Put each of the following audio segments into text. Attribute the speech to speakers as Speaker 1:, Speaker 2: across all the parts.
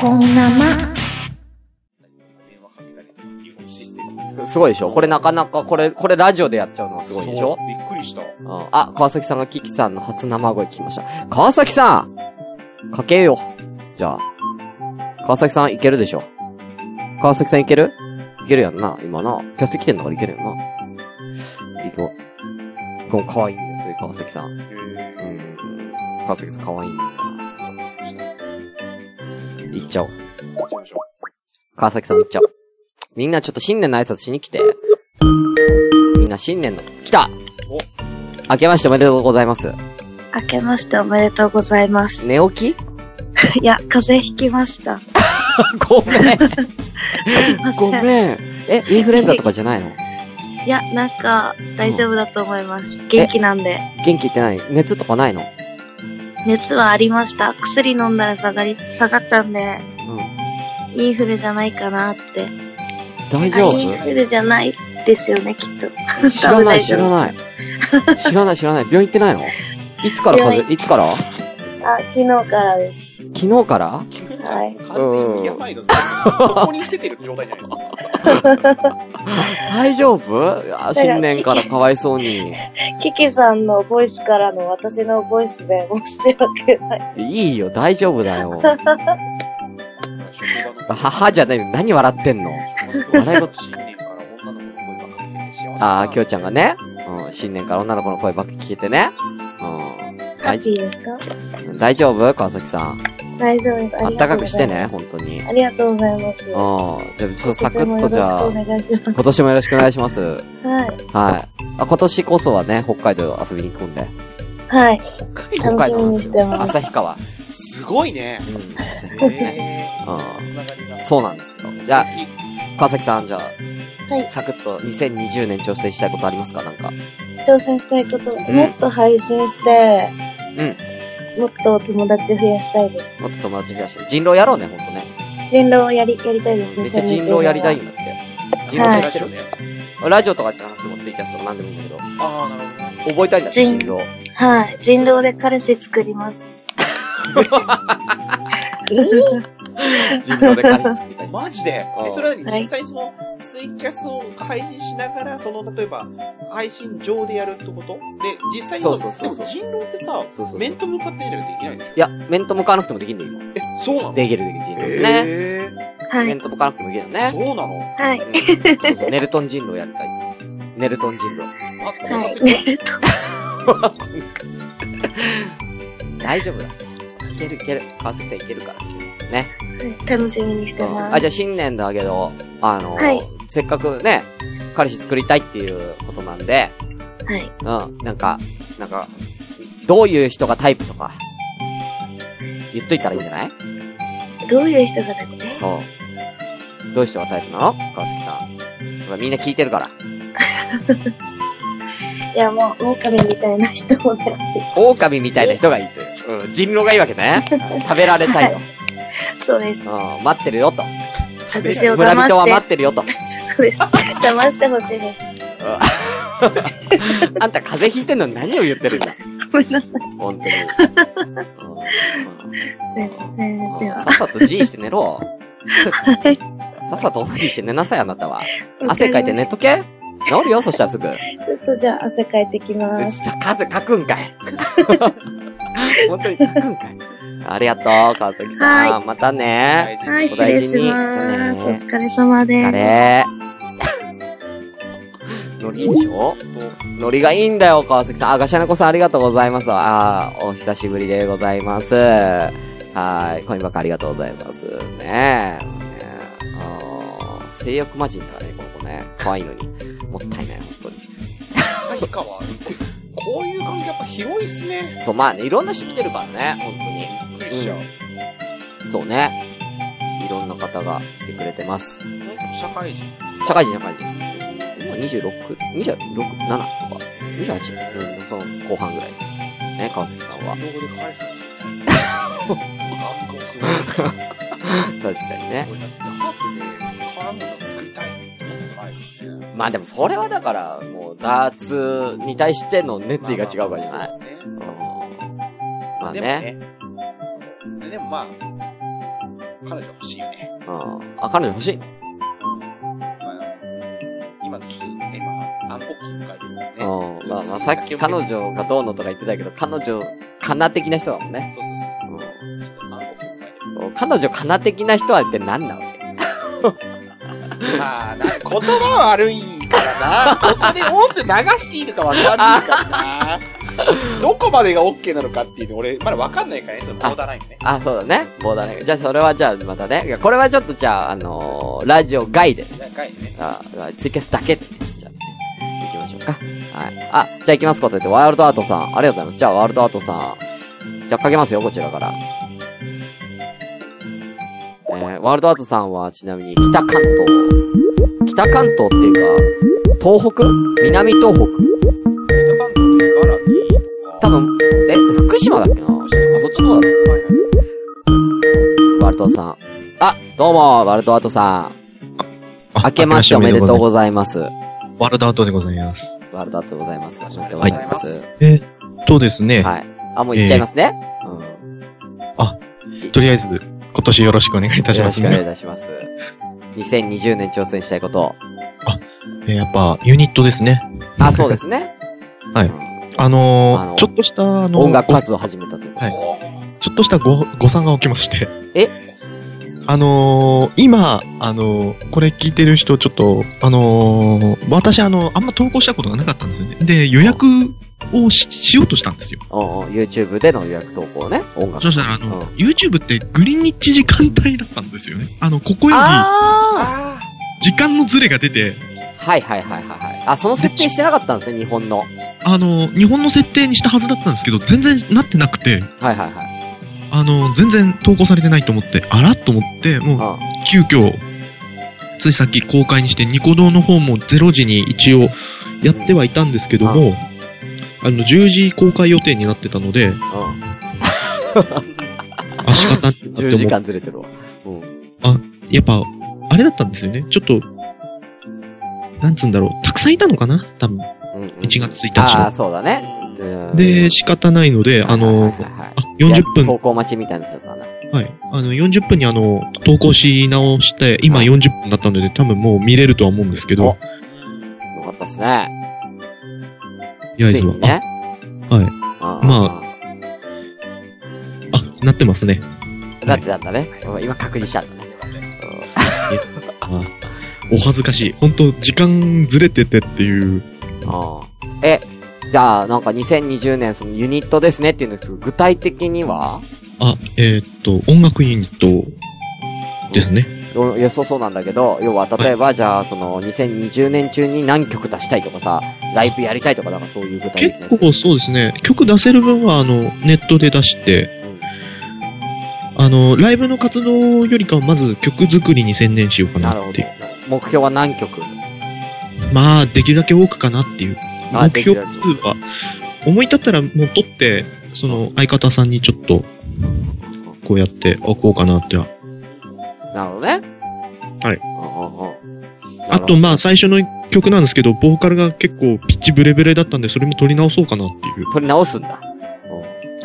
Speaker 1: こんなま。
Speaker 2: 電話かけたりとかっていうシステム。
Speaker 3: すごいでしょこれなかなか、これ、これラジオでやっちゃうのはすごいでしょ
Speaker 2: そうびっくりした。
Speaker 3: うんあ、川崎さんがキキさんの初生声聞きました。川崎さんかけよう。じゃあ。川崎さんいけるでしょ川崎さんいけるいけるやんな、今な。キャス来てんだからいけるよな。いこう。この可愛いんですよ、川崎さん。うん。川崎さん可愛いんだいっちゃおう。
Speaker 2: 行っちゃいましょ
Speaker 3: 川崎さんも行っちゃおう。みんなちょっと新年の挨拶しに来て。みんな新年の、来た
Speaker 2: お
Speaker 3: 明けましておめでとうございます。
Speaker 4: 明けましておめでとうございます。
Speaker 3: 寝起き
Speaker 4: いや、風邪ひきました。す
Speaker 3: ごめん。
Speaker 4: いま
Speaker 3: ご
Speaker 4: せん。
Speaker 3: めん。え、インフルエンザとかじゃないの
Speaker 4: いや、なんか、大丈夫だと思います。元気なんで。
Speaker 3: 元気ってない熱とかないの
Speaker 4: 熱はありました。薬飲んだら下がり、下がったんで、
Speaker 3: うん。
Speaker 4: インフルじゃないかなって。
Speaker 3: 大
Speaker 4: あ
Speaker 3: 丈夫
Speaker 4: インフルじゃないですよね、きっと。
Speaker 3: 知らない、知ら
Speaker 4: い。
Speaker 3: ない。知らない、知らない。病院行ってないのいつから
Speaker 4: 病
Speaker 3: 風邪、いつから
Speaker 4: あ、昨日からで
Speaker 3: 昨日から
Speaker 2: う。
Speaker 4: はい
Speaker 2: 完全にやばいの。ここに伏せてる状態じゃないですか。
Speaker 3: 大丈夫あー新年からかわいそうに。
Speaker 4: す。キキさんのボイスからの私のボイスで申し訳ない。
Speaker 3: いいよ、大丈夫だ よ。
Speaker 2: 職場の
Speaker 3: 母じゃない何笑ってんの
Speaker 2: 笑い事新年から女の子の声ばかりで幸せだな
Speaker 3: あー、きょうちゃんがね。うん、新年から女の子の声ばっか聞いてね。うん。
Speaker 4: ハ
Speaker 3: 大
Speaker 4: ッピーですか
Speaker 3: 大丈夫川崎さん。
Speaker 4: 大丈夫です。
Speaker 3: あ
Speaker 4: あ
Speaker 3: っ
Speaker 4: りがと
Speaker 3: たか
Speaker 4: うご
Speaker 3: くし
Speaker 4: ざ
Speaker 3: て
Speaker 4: います
Speaker 3: ね、本当に。うん。
Speaker 4: ありがとうございます。
Speaker 3: じゃあ、ちょっとサク
Speaker 4: 今年も
Speaker 3: ッとじゃあ
Speaker 4: よろ、しくお願いしま
Speaker 3: 今年もよろしくお願いします。はい。
Speaker 4: す。はい。
Speaker 3: あ、今年こそはね、北海道遊びに行くんで。
Speaker 4: はい。
Speaker 2: 北海道
Speaker 3: 北
Speaker 4: 楽
Speaker 3: 海道なん です
Speaker 4: しみにして
Speaker 3: よ。
Speaker 4: ます
Speaker 3: 旭川。
Speaker 2: すごいね。
Speaker 3: うん。
Speaker 2: え
Speaker 3: う
Speaker 2: つながりが
Speaker 3: ん。。 そうなんですよ。じゃあ、川崎さん、じゃあ、
Speaker 4: はい
Speaker 3: サクッと2020年挑戦したいことありますかなんか。
Speaker 4: 挑戦したいこと、
Speaker 3: ん
Speaker 4: もっと配信して、もっと友達増やしたいです。
Speaker 3: もっと友達増やして。人狼やろうね、ほんとね。
Speaker 4: 人狼をやり、やりたいですね。
Speaker 3: めっちゃ人狼やりたい
Speaker 4: 2020
Speaker 3: んだって。人
Speaker 4: は
Speaker 3: 狼
Speaker 4: い
Speaker 3: 知ってる、ラジオとかってなくてもツイキャスとか何でもいいんだけど、
Speaker 2: ああ、なるほどね。
Speaker 3: 覚えたいんだって、
Speaker 4: 人
Speaker 3: 人狼。
Speaker 4: 年は。はい。人狼で彼氏作ります。
Speaker 3: 人狼で彼氏作りたい。
Speaker 2: マジで
Speaker 3: うん
Speaker 2: え、それはね実際その、ツイキャスを配信しながら、その、例えば、配信上でやるってことで、実際に
Speaker 3: そうそうそうそう
Speaker 2: でも人狼ってさ、
Speaker 3: そうそうそう。
Speaker 2: 面と向かってんじゃなくてできないでし
Speaker 3: いや、面と向かわなくてもできんだよ、今。
Speaker 2: ょそうなの
Speaker 3: できるできる人狼。ね。
Speaker 2: えー
Speaker 4: は
Speaker 3: 面
Speaker 4: い。
Speaker 3: と向かわなくてもできるよね。
Speaker 2: そうなの
Speaker 4: はい。
Speaker 3: うんそうそう、ネルトン人狼やりたい。ネルトン人狼。
Speaker 2: あ、こ
Speaker 4: は
Speaker 2: れ
Speaker 4: い。ね、
Speaker 3: 大丈夫だ。いけるいける。川崎さんいけるから。
Speaker 4: 楽しみにして
Speaker 3: うん
Speaker 4: ま
Speaker 3: あ、
Speaker 4: す。
Speaker 3: じゃあ新年だけど、あの、
Speaker 4: はい
Speaker 3: せっかくね、彼氏作りたいっていうことなんで、
Speaker 4: はい。
Speaker 3: うん、なんか、なんか、どういう人がタイプとか、言っといたらいいんじゃない
Speaker 4: どういう人がだって
Speaker 3: そう。どういう人がタイプなの川崎さん。ほらみんな聞いてるから。
Speaker 4: いや、もう、狼みたいな人もね、
Speaker 3: 狼みたいな人がいいという。うん、人狼がいいわけね。食べられたいよ。
Speaker 4: そうです。
Speaker 3: うん、待ってるよと。
Speaker 4: 私を騙
Speaker 3: 村人は
Speaker 4: し
Speaker 3: 待ってるよと。
Speaker 4: て、そうです。 騙してほしいです。
Speaker 3: あんた風邪ひいてんのに何を言ってるんだ。
Speaker 4: ごめんなさい。
Speaker 3: 本当に。
Speaker 4: ねねでは
Speaker 3: さっさと G して寝ろ。さっさとオフにして寝なさい、あなたは。汗かいて寝とけ。治るよ、そしたらすぐ。
Speaker 4: ちょっとじゃあ、汗かいてきます。
Speaker 3: 風かくん かい。本当にかくんかい。ありがとう、川崎さん。またね。
Speaker 4: はい、
Speaker 3: お
Speaker 4: 失
Speaker 3: 大
Speaker 4: 礼
Speaker 3: 事
Speaker 4: し
Speaker 3: に
Speaker 4: ます。お
Speaker 3: ね
Speaker 4: 疲れ様です。
Speaker 3: あれノリいいでしょノリがいいんだよ、川崎さん。あ、ガシャナコさんありがとうございます。あーお久しぶりでございます。はーい、コインバックありがとうございます。ねえ。ねえあー性欲魔人だね、この子ね。可愛いのに。もったいない、本当に。
Speaker 2: 旭川。こういう感じやっぱ広いっすね。
Speaker 3: そう、まあね、いろんな人来てるからね、本
Speaker 2: びっ
Speaker 3: 当
Speaker 2: くりしちゃう。
Speaker 3: に。そうね。いろんな方が来てくれてます。
Speaker 2: なんか社会人。
Speaker 3: 社会人、社会人。今26、26、7とか、28、うん、その後半ぐらい。ね、川崎さんは。
Speaker 2: どこで返しみたいな。あんすごい。
Speaker 3: 確かにね。
Speaker 2: 俺だって初で彼女作りたいって思ってないからね。
Speaker 3: まあでもそれはだから、もう、ダーツに対しての熱意が違うからじゃない。
Speaker 2: まあまあそうね
Speaker 3: うんまあ
Speaker 2: でも
Speaker 3: ね。
Speaker 2: ね。そうでもまあ、彼女欲しいよね。
Speaker 3: ああ、彼女欲しい。
Speaker 2: まあ、今の、今、暗黒期迎えてるからね。
Speaker 3: うん。まあまあ、さっき彼女がどうのとか言ってたけど、彼女、かな的な人だもんね。
Speaker 2: そうそうそう。ちょっと暗黒期迎えて
Speaker 3: うん彼女かな的な人はって何なわけ
Speaker 2: る。まあ、な言葉悪いからな。ここで音声流していいのかわかんないから な。どこまでが OK なのかっていうの、俺、まだわかんないからね、そのボーダーラインね。
Speaker 3: あ、そうだね。ボーダーライン。じゃあ、それはじゃあ、またね。いやこれはちょっと、じゃあ、あのーラジオ外で、
Speaker 2: なんかいね。
Speaker 3: あ、あツイキャスだけで、じゃあ、ね、行きましょうか。はい。あ、じゃあ行きますこと言って、ワールドアートさん。ありがとうございます。じゃあ、ワールドアートさん。じゃあ、かけますよ、こちらから。えー、ワールドアートさんは、ちなみに、北関東。北関東っていうか、東北南東北
Speaker 2: ネット関東で茨城とか。
Speaker 3: 多分、え、福島だっけなそっちの方
Speaker 2: はいはい。
Speaker 3: だワルトさん。あ、どうも、ワルトアートさん。 明けましておめでとうございます。
Speaker 1: ます。ワールドアートでございます。
Speaker 3: ワルトアートでございます。おめでとうございます。
Speaker 1: えーっとですね、
Speaker 3: はい。あ、もう行っちゃいますね。うん。
Speaker 1: とりあえず、今年よろしくお願いいたし
Speaker 3: よろ
Speaker 1: ま
Speaker 3: し
Speaker 1: す、
Speaker 3: くお願いいたします。2020年挑戦したいこと。
Speaker 1: えーやっぱ、ユニットですね。
Speaker 3: あ、そうですね。
Speaker 1: はい
Speaker 3: い。
Speaker 1: あのー
Speaker 3: あの
Speaker 1: ちょっとした、あの、
Speaker 3: 音楽
Speaker 1: ご
Speaker 3: 活動を始めたという。
Speaker 1: はい
Speaker 2: お
Speaker 1: ちょっとしたご、誤算が起きまして。
Speaker 2: ー
Speaker 1: あのー今、あのーこれ聞いてる人、ちょっと、あのー私、あのあんま投稿したことがなかったんですよね。で、予約をししようとしたんですよ。
Speaker 3: うんうん YouTube での予約投稿ね。音楽。
Speaker 1: そしたら、あの、
Speaker 3: うん
Speaker 1: YouTube ってグリニッチ時間帯だったんですよね。あの、ここより
Speaker 3: あ
Speaker 2: あ
Speaker 1: 時間のズレが出
Speaker 3: ー
Speaker 1: て、
Speaker 3: はいはいはいはいはい。あ、その設定してなかったんですね、日本の。はい
Speaker 1: あの、日本の設定にしたはずだったんですけど、全然なってなくて、
Speaker 3: はいはい。
Speaker 1: あの、全然投稿されてないと思って、あらと思って、
Speaker 3: うん。
Speaker 1: もう、
Speaker 3: は
Speaker 1: 急遽、ついさっき公開にして、ニコ動の方も0時に一応やってはいたんですけども、あの、10時公開予定になってたので、あ、仕方なく
Speaker 3: い。
Speaker 1: て
Speaker 3: 10時
Speaker 1: も、
Speaker 3: 間ずれてるわ。うん。
Speaker 1: やっぱ、あれだったんですよね。ちょっと、なんつうんだろう、たくさんいたのかな多分、
Speaker 3: うんうん
Speaker 1: 1月1日
Speaker 3: ああ、
Speaker 1: の。
Speaker 3: そうだね。
Speaker 1: で、仕方ないので、あの、
Speaker 3: はいはいはいはい
Speaker 1: あ、40分
Speaker 3: 投稿待ちみたいなやつだったな。
Speaker 1: はい。あの、40分にあの、投稿し直して、今
Speaker 3: はい
Speaker 1: 40分だったので、多分もう見れるとは思うんですけ
Speaker 3: お
Speaker 1: ど、
Speaker 3: よかったっすね。
Speaker 1: いや
Speaker 3: つい
Speaker 1: は
Speaker 3: に。ね。
Speaker 1: あはい
Speaker 3: あ
Speaker 1: まあ、あなってますね。
Speaker 3: あ。だってなんだね。今確認しちゃった。
Speaker 1: あお恥ずかしい。本当時間ずれててっていう。
Speaker 3: ああ。え、じゃあ、なんか2020年そのユニットですねっていうんですけど、具体的には
Speaker 1: あ、えーっと、音楽ユニットですね。
Speaker 3: よよそそうなんだけど、要は例えば、じゃあ、その2020年中に何曲出したいとかさ、ライブやりたいとか、なんかそういう具体的な
Speaker 1: 結
Speaker 3: やつ。
Speaker 1: 構そうですね。曲出せる分は、あの、ネットで出して、
Speaker 3: うん
Speaker 1: あの、ライブの活動よりかは、まず曲作りに専念しようか
Speaker 3: なる
Speaker 1: な
Speaker 3: ほ
Speaker 1: っ
Speaker 3: ど
Speaker 1: ていう。。
Speaker 3: 目標は何曲
Speaker 1: まあ、できるだけ多くかなっていう。
Speaker 3: あ
Speaker 1: 目標
Speaker 3: でき
Speaker 1: 数は、思い立ったらもう取って、その相方さんにちょっと、こうやって、あ、こうかなって。あ
Speaker 3: なるほどね。
Speaker 1: はい
Speaker 3: うんうんうん。なるほど
Speaker 1: と、まあ、最初の曲なんですけど、ボーカルが結構ピッチブレブレだったんで、それも取り直そうかなっていう。
Speaker 3: 取り直すんだ。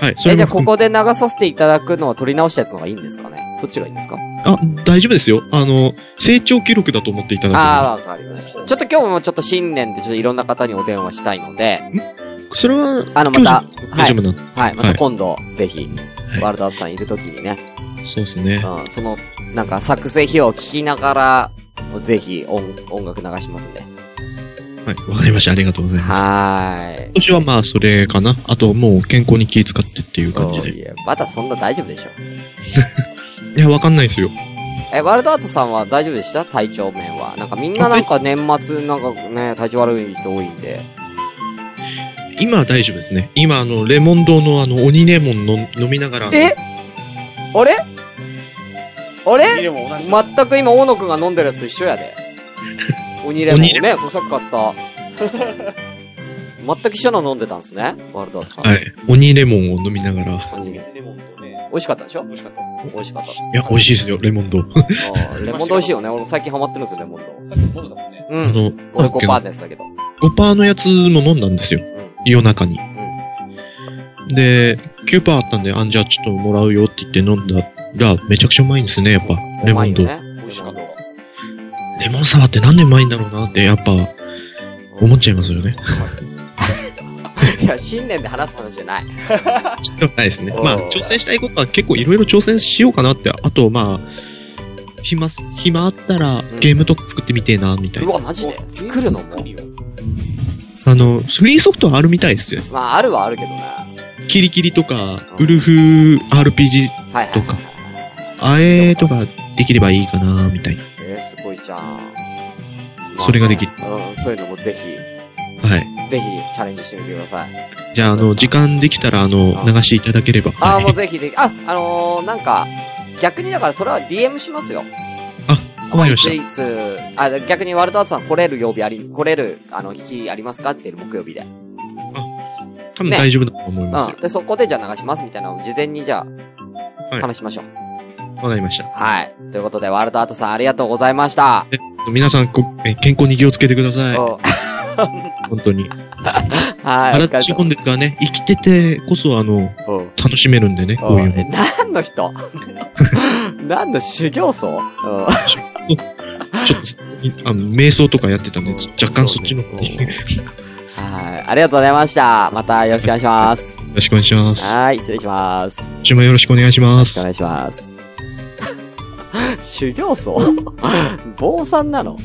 Speaker 1: はい、それ
Speaker 3: え、
Speaker 1: も
Speaker 3: じゃあこ
Speaker 1: 含め
Speaker 3: こで流させていただくのは取り直したやつの方がいいんですかねどっちがいいんですか
Speaker 1: あ、大丈夫ですよ。あの、成長記録だと思っていた
Speaker 3: ああ、
Speaker 1: だ
Speaker 3: わかりました。ちょっと今日もちょっと新年でちょっといろんな方にお電話したいので、
Speaker 1: けて。それは、
Speaker 3: あのまた
Speaker 1: 今日じゃ
Speaker 3: はい
Speaker 1: 大丈夫なんで
Speaker 3: はい、また今度、ぜひ、
Speaker 1: い
Speaker 3: ワールドアートさんいるときにね、
Speaker 1: そうですね。
Speaker 3: うん、その、なんか作成費用を聞きながら、ぜひ音音楽流しますんで。
Speaker 1: はい、わかりました。ありがとうございます。
Speaker 3: はーい
Speaker 1: 今。年はまあ、それかな。あと、もう健康に気使ってっていう感
Speaker 3: そ
Speaker 1: じ
Speaker 3: う
Speaker 1: で。
Speaker 3: いや、まだそんな大丈夫でしょ。
Speaker 1: いや、わかんないですよ。
Speaker 3: え、ワールドアートさんは大丈夫でした体調面は。なんかみんななんか年末なんかね、体調悪い人多いんで。
Speaker 1: 今は大丈夫ですね。今、あの、レモン堂のあの、鬼レモンの飲みながら、あの
Speaker 3: えあれあれ
Speaker 2: 見れも同じだ。
Speaker 3: 全く今、大野くんが飲んでるやつと一緒や で。鬼レモンね、これさっき買った。 全く一緒の飲んでたんですね、ワールドアートさん。
Speaker 1: はい。鬼レモンを飲みながら。い
Speaker 3: 鬼レモ
Speaker 2: 水
Speaker 3: ン
Speaker 2: レモンとね、
Speaker 3: 美味しかったでしょ
Speaker 2: 美味しかった。
Speaker 3: 美味しかったっす。
Speaker 1: や、美味しいですよ、レモンド。あ
Speaker 3: あーレモンド美味しいよね。俺最近ハマってるんですよ、レモン
Speaker 2: さっきもだもんね。
Speaker 3: ド。うん。
Speaker 1: の、
Speaker 3: 俺
Speaker 1: なんだっけ
Speaker 3: 5%ですだけど。
Speaker 1: 5%のやつも飲んだんですよ
Speaker 3: う。
Speaker 1: 夜中に。
Speaker 3: ん。
Speaker 1: で、9%あったんで、あんじゃあちょっともらうよって言って飲んだら、めちゃくちゃうまいんですね、やっぱ。レ
Speaker 3: う
Speaker 1: モ
Speaker 3: ま
Speaker 1: ン
Speaker 3: い
Speaker 1: ド。
Speaker 3: よね。
Speaker 2: 美味しかった。
Speaker 1: レモンサワーってなんでうまいんだろうなって、やっぱ、思っちゃいますよね。
Speaker 3: いや、新年で話す話じゃない。
Speaker 1: ちょっとないですね。
Speaker 2: おー
Speaker 1: まあ、挑戦したいことは結構いろいろ挑戦しようかなって、あと、まあ、暇す、暇あったら
Speaker 3: ん
Speaker 1: ゲームとか作ってみてえな、みたいうな。
Speaker 3: わ、マジで作るのも
Speaker 1: あの、フリーソフトはあるみたいですよ。
Speaker 3: まあ、あるはあるけどね。は
Speaker 1: キリキリとか、
Speaker 3: うん
Speaker 1: ウルフ RPG
Speaker 3: いはい。
Speaker 1: とか、あえとかできればいいかな、みたいな。
Speaker 3: えー、すごいじゃん。
Speaker 1: それができる
Speaker 3: まあうん、そういうのもぜひ、
Speaker 1: はい。
Speaker 3: ぜひチャレンジしてみてください。
Speaker 1: じゃあ、あの、時間できたら、あの
Speaker 3: あ、
Speaker 1: 流していただければ。
Speaker 3: あ
Speaker 1: は
Speaker 3: あ、
Speaker 1: い
Speaker 3: もうぜひぜひ、あ、あのー、なんか、逆にだからそれは DM しますよ。
Speaker 1: わかりました。
Speaker 3: いつ、あ、逆にワルドアートさん来れる曜日あり、来れる、あの、日ありますかっていう木曜日で。
Speaker 1: 多分大丈夫だと思いますよ
Speaker 3: うん。。で、そこでじゃあ流しますみたいなのを事前にじゃあ、
Speaker 1: はい
Speaker 3: 話しましょう。
Speaker 1: わかりました。
Speaker 3: はい。ということで、ワルドアートさんありがとうございました。
Speaker 1: 皆さん、こえ健康に気をつけてください。
Speaker 3: お
Speaker 1: 本当に。
Speaker 3: はい。お疲
Speaker 1: 体
Speaker 3: れ
Speaker 1: 資
Speaker 3: 様
Speaker 1: 本ですからね、生きててこそ、あの、
Speaker 3: おう
Speaker 1: 楽しめるんでね、こうい
Speaker 3: お
Speaker 1: う
Speaker 3: うえ
Speaker 1: の。
Speaker 3: 何の人 何の修行僧うん
Speaker 1: ちょっと、あの、瞑想とかやってたんで、若干そっちの方
Speaker 3: そう
Speaker 1: に。
Speaker 3: ね
Speaker 1: よ
Speaker 3: はい。ありがとうございました。またよろしくお願いします。
Speaker 1: ろ しくお願いします。こ
Speaker 3: はい、失礼します。よ
Speaker 1: っちもよろしくお願いしま
Speaker 3: ろしくお
Speaker 1: す。
Speaker 3: 願いします。 修行僧坊さんなのうん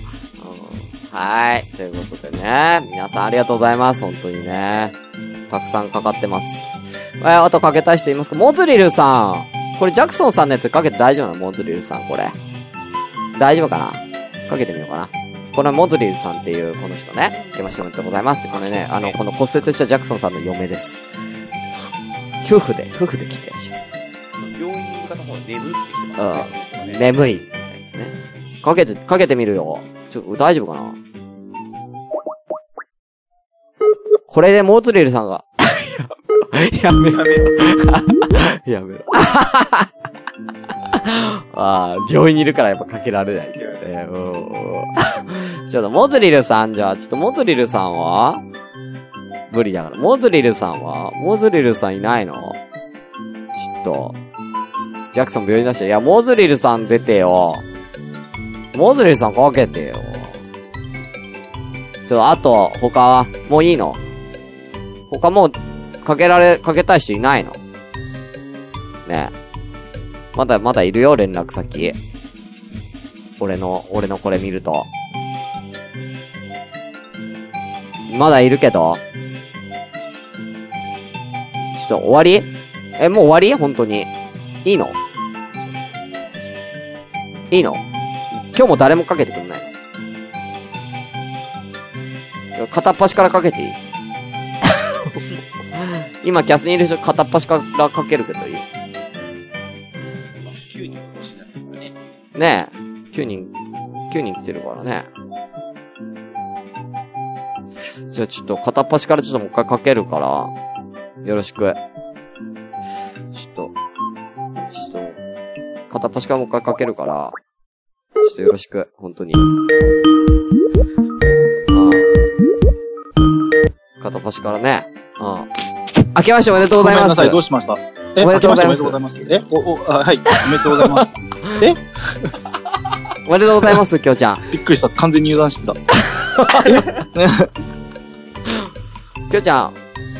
Speaker 3: はい。ということでね、皆さんありがとうございます。本当にね。たくさんかかってます。えーあとかけたい人いますかモズリルさん。これジャクソンさんのやつかけて大丈夫なのモズリルさん、これ。大丈夫かなかけてみようかな。このモズリルさんっていうこの人ね。出ましておめでとうございます。これね、あの、この骨折したジャクソンさんの嫁です。 夫婦で、夫婦で来てらっしゃる。
Speaker 2: 病院に行かた方が眠ってきてますね。
Speaker 3: 眠い。みたいですね。かけて、かけてみるよ。ちょ、大丈夫かなこれでモズリルさんが。やめろ。やめろ。 ああ、病院にいるからやっぱかけられないけどね。うんちょっと、モズリルさんじゃあ、ちょっとモズリルさんは無理だから。モズリルさんはモズリルさんいないのちょっと、ジャクソン病院出して。いや、モズリルさん出てよ。モズリルさんかけてよ。ちょ、あと、他はもういいの他もう、かけられ、かけたい人いないのねえ。まだ、まだいるよ、連絡先。俺の、俺のこれ見ると。まだいるけど。ちょっと終わりえ、もう終わり本当に。いいのいいの今日も誰もかけてくんないの片っ端からかけていい今キャスにいる人片っ端からかけるけどいい
Speaker 2: 9人欲しいなってね。
Speaker 3: ねえ、9人、9人来てるからね。じゃあちょっと片っ端からちょっともう一回かけるから、よろしく。ちょっと、ちょっと、片っ端からもう一回かけるから、ちょっとよろしく、本当に。うん。片っ端からね。うん。明けましておめでとうござい
Speaker 5: ごめ
Speaker 3: ま
Speaker 5: んな
Speaker 3: す。
Speaker 5: さい、どうしましたえ、
Speaker 3: おめ
Speaker 5: 明
Speaker 3: でと
Speaker 5: け
Speaker 3: うご
Speaker 5: まし
Speaker 3: ざ
Speaker 5: て
Speaker 3: い
Speaker 5: お
Speaker 3: ま
Speaker 5: め
Speaker 3: す
Speaker 5: でとうございます。え、お、お、あはい、おめでとうございます。
Speaker 3: おめでとうございます、きょうちゃん。
Speaker 5: びっくりした。完全に油断してた。
Speaker 3: きょうちゃん、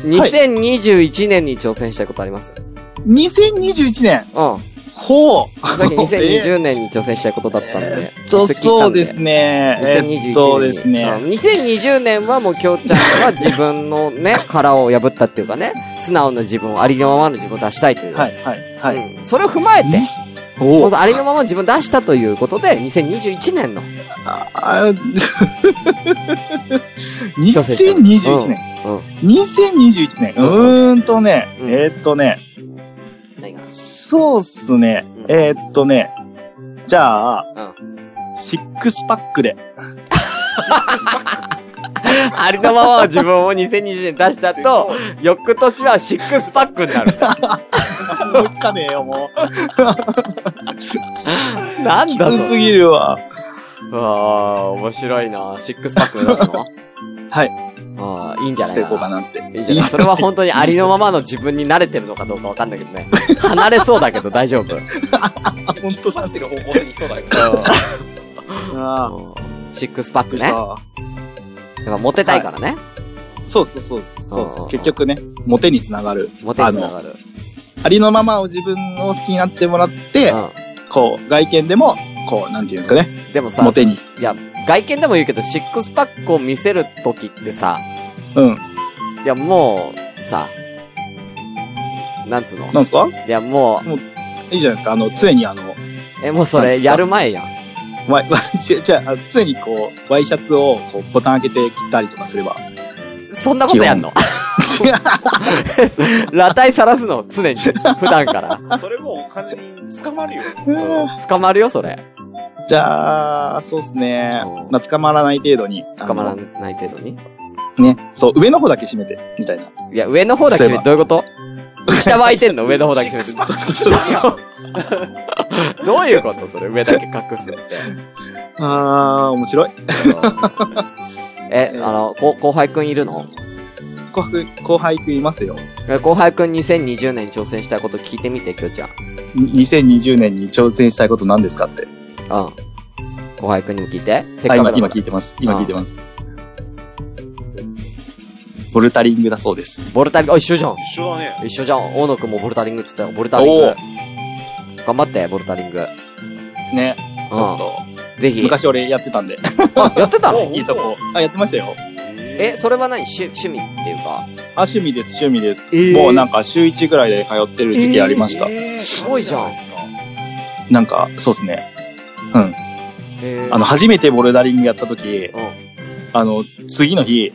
Speaker 3: 2021年に挑戦したいことあります、
Speaker 5: 2021年
Speaker 3: うん。
Speaker 5: ほう
Speaker 3: さっき2020年に挑戦したいことだったんで。
Speaker 5: そう、そうですね。えっとです
Speaker 3: あ
Speaker 5: ね。
Speaker 3: 2020年はもう、きょうちゃんは自分のね、 殻を破ったっていうかね、素直な自分を、ありのままの自分を出したいという。
Speaker 5: はい、はい、はい。
Speaker 3: うん。それを踏まえて、
Speaker 5: に
Speaker 3: も
Speaker 5: お
Speaker 3: う
Speaker 5: ー
Speaker 3: ありのままの自分を出したということで、2021年の。
Speaker 5: あ 2021年。
Speaker 3: うん。
Speaker 5: 2021年。うーんとね、
Speaker 3: うん
Speaker 5: えっとね、
Speaker 3: 何が
Speaker 5: そうっすね
Speaker 3: うん。
Speaker 5: えっとね、じゃあ、
Speaker 3: うん。
Speaker 5: シックスパックで。
Speaker 3: ありのままの自分を2020年出した と、翌年はシックスパックになる。
Speaker 5: 追いつかねえよ、もう。
Speaker 3: なんだ
Speaker 5: 低
Speaker 3: そ
Speaker 5: す
Speaker 3: れ。
Speaker 5: ぎるわ。
Speaker 3: ああ、面白いな。シックスパック目指すの
Speaker 5: はい。
Speaker 3: うん。ああ、いいんじゃな
Speaker 5: し
Speaker 3: い
Speaker 5: て
Speaker 3: か
Speaker 5: い
Speaker 3: な。
Speaker 5: こうかなって。い
Speaker 3: いいんじゃないそれは本当にありのままの自分に慣れてるのかどうかわかんないけど ね。離れそうだけど大丈夫。
Speaker 5: あ、本当
Speaker 2: 立
Speaker 5: だ。
Speaker 2: ってる方向性にそうだよ。
Speaker 5: ああ、
Speaker 3: うんシックスパック
Speaker 5: びっく
Speaker 3: ね。
Speaker 5: りし
Speaker 3: やったぱモテたいからね。
Speaker 5: そうそうそうです。そうで
Speaker 3: うんうんうん
Speaker 5: す。結局ね、モテにつながる。
Speaker 3: モテにつながる。
Speaker 5: ありのままを自分を好きになってもらって、こう、外見でも、こう、なんていうんですかね、
Speaker 3: うんでもさ
Speaker 5: モ、テに。
Speaker 3: いや、外見でも言うけど、シックスパックを見せるときってさ、
Speaker 5: うん。
Speaker 3: いやもう、さ、なんつうの
Speaker 5: なんですか
Speaker 3: いやもう、
Speaker 5: いいじゃないですか。あの、常にあの、
Speaker 3: え、もうそれやる前やん。
Speaker 5: ワ イ、ワイ、じゃ、じゃあ、常にこう、ワイシャツを、こう、ボタン開けて切ったりとかすれば。
Speaker 3: そんなことやんの裸体さらすの、常に。普段から。
Speaker 2: それもう完全に捕まるよ。
Speaker 3: 捕まるよ、それ。
Speaker 5: じゃあ、そうっすね
Speaker 3: うん。
Speaker 5: まあ、捕まらない程度に。
Speaker 3: 捕まら
Speaker 5: な
Speaker 3: ない程度に。
Speaker 5: い。ね。そう、上の方だけ締めて、み たいな。
Speaker 3: いや、上の方だけ決めてどういうこと 下は空いてんの上の方だけ決めて。
Speaker 5: そうそうそう。
Speaker 3: どういうことそれ上だけ隠すって。
Speaker 5: あー、面白い。
Speaker 3: え、あの、こ後輩くんいるの
Speaker 5: 後輩、後輩くいますよ。
Speaker 3: え後輩くん2020年に挑戦したいこと聞いてみて、きょちゃん。うん。
Speaker 5: 2020年に挑戦したいこと何ですかって。
Speaker 3: 後輩くんにも聞いて。せっかく
Speaker 5: あ今、
Speaker 3: だ
Speaker 5: 今
Speaker 3: から
Speaker 5: 聞いてます。今聞いてます。ボルタリングだそうです。
Speaker 3: ボルタリング、あ、一緒じゃん。
Speaker 2: 一緒だね。
Speaker 3: 一緒じゃん。大野くんもボルタリングって言ったよ。ボルタリン
Speaker 5: お
Speaker 3: グ
Speaker 5: ー。
Speaker 3: 頑張って、ボルタリング。
Speaker 5: ね。ちょっ
Speaker 3: う
Speaker 5: と、
Speaker 3: ん。ぜひ。
Speaker 5: 昔俺やってたんで。
Speaker 3: あ、やってたの
Speaker 5: いいとこ。あ、やってましたよ。
Speaker 3: え、それは何趣趣味っていうか。
Speaker 5: あ、趣味です、趣味です。
Speaker 3: えー
Speaker 5: もうなんか週1ぐらいで通ってる時期ありました。
Speaker 2: えー
Speaker 3: すごいじゃん
Speaker 2: マジで
Speaker 5: なんか、そうですね。
Speaker 3: え
Speaker 5: あの、、初めてボルダリングやった時、
Speaker 3: うん。
Speaker 5: あの、次の日
Speaker 3: ん、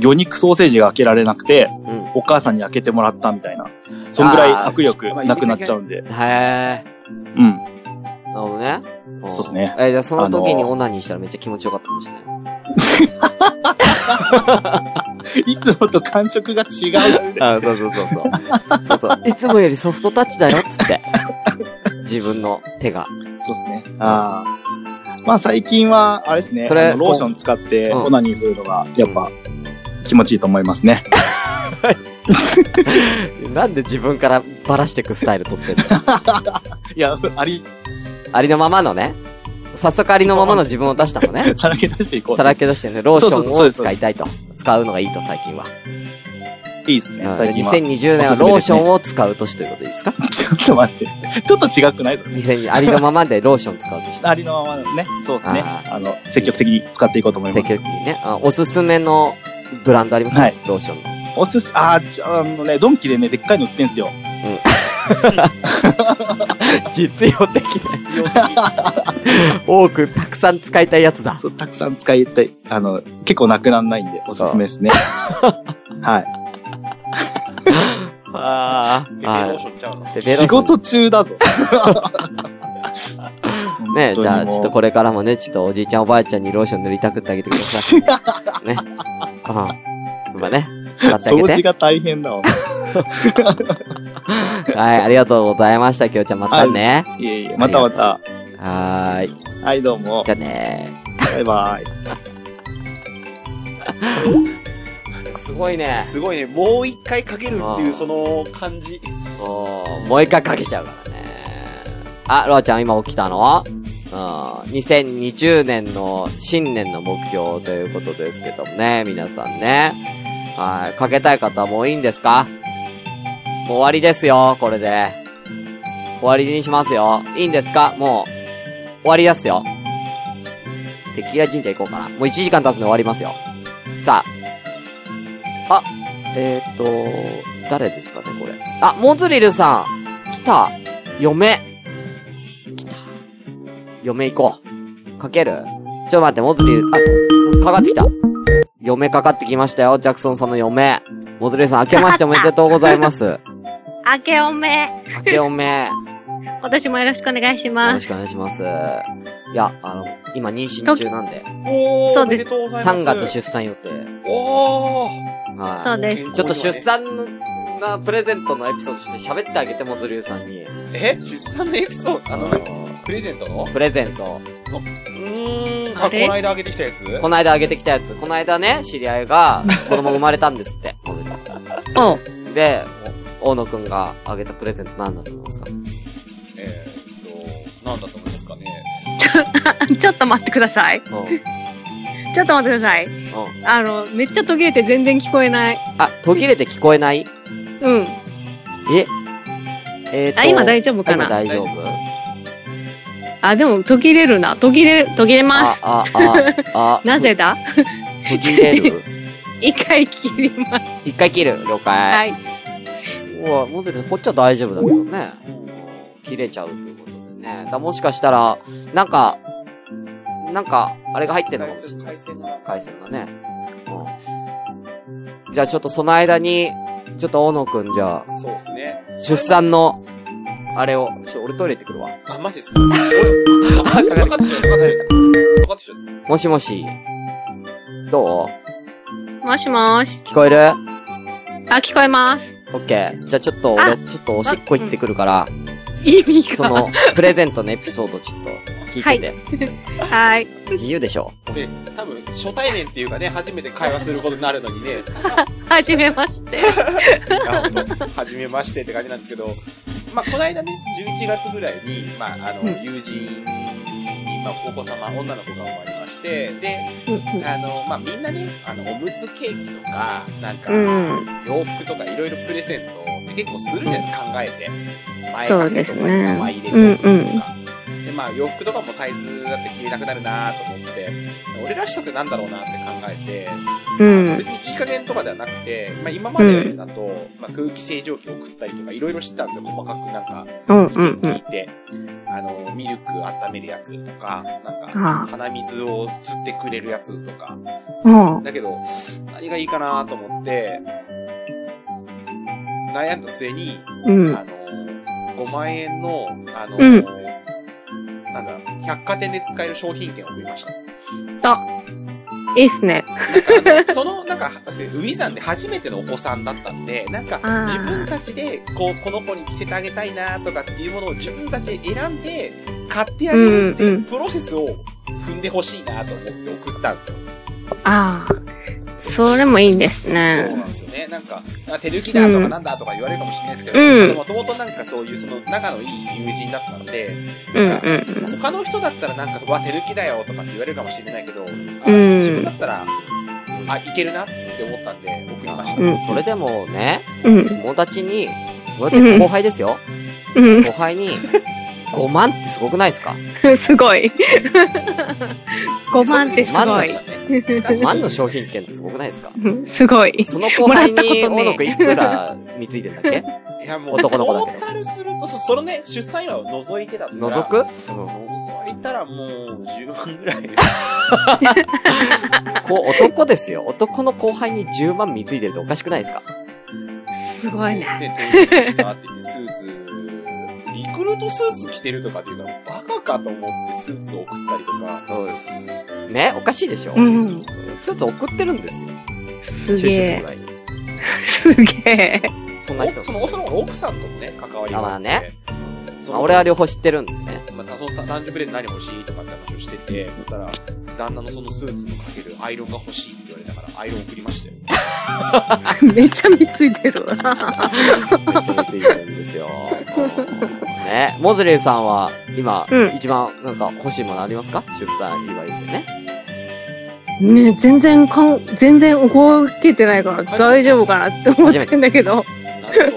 Speaker 5: 魚肉ソーセージが開けられなくて、
Speaker 3: うん。
Speaker 5: お母さんに開けてもらったみたいな。そんぐらい握
Speaker 2: あ
Speaker 5: 力
Speaker 2: ー
Speaker 5: なくなっちゃうんで。
Speaker 3: へ
Speaker 5: うん。
Speaker 3: ー。なるほどね。ん
Speaker 5: そうっすね。
Speaker 3: え、じゃあその時に
Speaker 5: あの
Speaker 3: オナニーしたらめっちゃ気持ちよかったかもしれない。
Speaker 5: いつもと感触が違うっつっ て。
Speaker 3: あそうそうそうそう。そうそう。いつもよりソフトタッチだよ、つって。自分の手が。
Speaker 5: そうですね。ああ。まあ最近は、あれですね。
Speaker 3: それ
Speaker 5: あのローション使って
Speaker 3: うん
Speaker 5: オナニーするのが、やっぱ、気持ちいいと思いますね。
Speaker 3: なんで自分からバラしてくスタイル取ってんの
Speaker 5: いや、 あり、
Speaker 3: ありのままのね。早速ありのままの自分を出したのね。
Speaker 5: さらけ出していこう。
Speaker 3: さらけ出してね、ローション
Speaker 5: そう
Speaker 3: を
Speaker 5: ですそうです
Speaker 3: 使いたいと。使うのがいいと、最近は。
Speaker 5: いいですね
Speaker 3: うん。
Speaker 5: 最近は。
Speaker 3: 2020年は
Speaker 5: おすすめ
Speaker 3: ロー
Speaker 5: で
Speaker 3: シ
Speaker 5: す
Speaker 3: ョ
Speaker 5: ね
Speaker 3: ンを使う年ということでいいですか
Speaker 5: ちょっと待って。ちょっと違くないぞ。
Speaker 3: 2020ありのままでローション使う年。
Speaker 5: ありのままのね。そうですね。
Speaker 3: あ
Speaker 5: あの、積極的に使っていこうと思いま
Speaker 3: 積
Speaker 5: す。
Speaker 3: 極的にね。あおすすめのブランドあります
Speaker 5: はい
Speaker 3: ローションの。
Speaker 5: おすす、あーちょあのね、ドンキでね、でっかいの売ってんすよ。
Speaker 2: マジで必要すぎる
Speaker 3: 実用的多く、たくさん使いたいやつだ。
Speaker 5: そうたくさん使いたい。あの、結構なくなんないんで、おすす めですね。はい。
Speaker 3: あ
Speaker 2: ペペロー
Speaker 3: あ。
Speaker 2: ションちゃうの。
Speaker 5: 仕事中だぞ。
Speaker 3: ねじゃあ、ちょっとこ
Speaker 5: れ。
Speaker 3: れからもね、ちょっとおじいちゃんおばあちゃんにローション塗りたくってあ げてください。ね。ああ。まあね。使ってあ
Speaker 5: 掃
Speaker 3: げ
Speaker 5: 除
Speaker 3: て。
Speaker 5: が大変だわ。
Speaker 3: はい、ありがとうございました、きょうちゃん。またね。
Speaker 5: いえいえ、またまた。
Speaker 3: はーい。
Speaker 5: はい、どうも
Speaker 3: じ。ゃあね
Speaker 5: バイバイ。
Speaker 3: すごいね。
Speaker 2: すごいね。もう一回かけるって
Speaker 3: う
Speaker 2: い
Speaker 3: ん
Speaker 2: うその感じ。
Speaker 3: おーもう一回かけちゃうからね。あ、ロアちゃん今起きたのうん。2020年の新年の目標ということですけどもね、皆さんね。はい。かけたい方はもういいんですかもう終わりですよ、これで。終わりにしますよ。いいんですかもう。終わりですよ。テキラ神社行こうかな。もう1時間経つので終わりますよ。さあ。あ、えーっと、誰ですかね、これ。あ、モズリルさん。来た。嫁。来た。嫁行こう。かけるちょっと待って、モズリル、あ、かかってきた。嫁かかってきましたよ、ジャクソンさんの嫁。モズリルさん、明けましておめで とうございます。
Speaker 6: 明けおめ。
Speaker 3: 明けお め。
Speaker 6: 私もよろしくお願いし
Speaker 3: よ
Speaker 6: ま
Speaker 3: ろ
Speaker 6: す。
Speaker 3: しくお願いします。いや、あの、今妊娠中なんで、
Speaker 2: おー、
Speaker 6: そ
Speaker 2: お
Speaker 6: うで
Speaker 2: めで
Speaker 6: す
Speaker 2: とうございます。
Speaker 3: 3月出産予定。
Speaker 2: おー。
Speaker 6: そ
Speaker 3: は
Speaker 6: うです
Speaker 2: 健康にはね
Speaker 3: い。ちょっと出。産なプレゼントのエピソードちょっと喋ってあげて、モズリルさんに。
Speaker 2: え出産のエピソードあの、
Speaker 3: ー
Speaker 2: プレゼントの
Speaker 3: プレゼント。
Speaker 2: うーん。
Speaker 6: あ
Speaker 2: あ、こ
Speaker 6: れ
Speaker 2: の間あげてきたやつ
Speaker 3: この間あげてきたやつ。この間ね、知り合いが、子供生まれたんですって。小野さん
Speaker 6: おう。
Speaker 3: で、大野くんがあげたプレゼント何だと思いますか
Speaker 2: えーっと、なんだと思いますかね。
Speaker 6: ちょっと待ってください。
Speaker 3: うん。うん。
Speaker 6: ちょっと待ってください。あの、めっちゃ途切れて全然聞こえない。
Speaker 3: あ、途切れて聞こえない
Speaker 6: うん。
Speaker 3: ええーと
Speaker 6: あ、今大丈夫か
Speaker 3: 今
Speaker 6: な
Speaker 3: 大丈夫
Speaker 6: あ、でも途切れるな。途切れ、途切れま
Speaker 3: あ
Speaker 6: す。、
Speaker 3: あ、あ、あ、
Speaker 6: なぜだ
Speaker 3: 途切れる
Speaker 6: 一回切ります。
Speaker 3: 一回切る。了
Speaker 6: は
Speaker 3: 解。
Speaker 6: い。
Speaker 3: うわ、もずくさん、こっちは大丈夫だけどね。切れちゃうということでね。だもしかしたら、なんか、なんか、あれが入ってるのかもしれない。
Speaker 2: 回線が
Speaker 3: 回線がね。うん。じゃあちょっとその間に、ちょっと大野くんじゃあ、
Speaker 2: そうですね。
Speaker 3: 出産の、あれを、ちょっと俺トイレ行ってくるわ。
Speaker 2: あ、マジ ですか俺あ分かってちゃう、分かってちゃう。分かってちゃう。
Speaker 3: もしもし。どう
Speaker 6: もしもーし。
Speaker 3: 聞こえる
Speaker 6: あ、聞こえます。
Speaker 3: オッケー。じゃあちょっと俺、ちょっとおしっこ行ってくるから、
Speaker 6: 意味が。
Speaker 3: そ の、プレゼントのエピソードちょっと聞いて
Speaker 6: はい。
Speaker 3: て。自由でしょ。
Speaker 2: ね、多分、初対面っていうかね、初めて会話することになるのにね、
Speaker 6: はじめまして。
Speaker 2: あの初めましてって感じなんですけど、まあ、この間ね、11月ぐらいに、まあ、あの、
Speaker 6: うん
Speaker 2: 友人に、まあ、お子様、女の子が生まれまして、で、あの、まあ、みんなね、あの、おむつケーキとか、なんか、
Speaker 6: うん
Speaker 2: 洋服とかいろいろプレゼントを結構するじゃない考えて。
Speaker 6: そうです
Speaker 2: 前
Speaker 6: ね
Speaker 2: 掛けとか名前入れたりと
Speaker 6: うん
Speaker 2: か。で、まあ、洋服とかもサイズだって消えなくなるなと思って、俺らしさってなんだろうなって考えて、
Speaker 6: う
Speaker 2: 別。にいい加減とかではなくて、まあ今までだと、まあ空気清浄機を送ったりとかいろいろ知ったんですよ、細かくなんか、
Speaker 6: うん
Speaker 2: 聞いて、あの、ミルク温めるやつとか、なんか、
Speaker 6: あ
Speaker 2: 鼻水を吸ってくれるやつとか、
Speaker 6: あ。うん。
Speaker 2: だけど、何がいいかなと思って、悩んだ末に、
Speaker 6: うん。
Speaker 2: あの、5万円の、あの、
Speaker 6: うん
Speaker 2: なんだ、百貨店で使える商品券を送りました。
Speaker 6: いいっすね。
Speaker 2: なんかその、なんか、私ウィザンで初めてのお子さんだったんで、なんか
Speaker 6: あー、
Speaker 2: 自分たちで、こう、この子に着せてあげたいなとかっていうものを自分たちで選んで、買ってあげるって
Speaker 6: うん
Speaker 2: いううんプロセスを踏んでほしいなと思って送ったんですよ。
Speaker 6: ああ。それもいいです
Speaker 2: そう
Speaker 6: ね。
Speaker 2: なんですよね。なんか、あ手抜きだとかなんだとか言われるかもしれないですけど、
Speaker 6: うん
Speaker 2: でもともとなんかそういうその仲のいい友人だったので、
Speaker 6: うん
Speaker 2: なんか
Speaker 6: うんうん。
Speaker 2: 他の人だったらなんか、わ、手抜きだよとかって言われるかもしれないけど、あ
Speaker 6: うん
Speaker 2: 自分だったら、あ、いけるなって思ったんで、送りました。
Speaker 6: うん
Speaker 3: それでもね、
Speaker 6: うん。
Speaker 3: 友達に、友達後輩ですよ。
Speaker 6: う
Speaker 3: 後輩に、5万ってすごくないですか
Speaker 6: ん。 すごい。5万って すごい。
Speaker 3: ?5 万の商品券ってすごくないですか
Speaker 6: うんすごい。
Speaker 3: その後輩に、
Speaker 6: も
Speaker 3: 大野
Speaker 6: らったことね
Speaker 3: くんいくら貢いでんだっ け
Speaker 2: いや、もう、
Speaker 3: 男の子だけど
Speaker 2: トータルすると、そそのね、出産祝いを除いてだったら。
Speaker 3: 覗く
Speaker 2: 覗いたらもう、10万ぐらい。
Speaker 3: こう、男ですよ。男の後輩に10万貢いでるっておかしくないですか
Speaker 6: すごいね。
Speaker 2: ね、登場したっていうスーツ、リクルートスーツ着てるとかっていうのは、バカかと思ってスーツを送ったりとか。
Speaker 3: うん。ねおかしいでしょ
Speaker 6: うん。
Speaker 3: スーツ送ってるんですよ。
Speaker 6: す
Speaker 3: 就
Speaker 6: げ
Speaker 3: 職ぐ
Speaker 6: え。
Speaker 3: らいに。
Speaker 6: すげえ。
Speaker 3: そんな人
Speaker 2: お。その、その奥さんともね、関わりがあって。
Speaker 3: あまあね
Speaker 2: そ
Speaker 3: まあ
Speaker 2: の
Speaker 3: 俺は両方知ってるんでね。
Speaker 2: まあ、その誕生日で何欲しいとかって話をしてて、そしたら、旦那のそのスーツのかけるアイロンが欲しいって言われたから、アイロン送りましたよ。
Speaker 6: めちゃめついてる。
Speaker 3: めっちゃ貢いでるんですよ。ねモズレーさんは、今、
Speaker 6: うん
Speaker 3: 一番、なんか、欲しいものありますか出産祝いでね。
Speaker 6: ね全然かん、全然動けてないから大丈夫かなって思ってんだけど。
Speaker 2: なる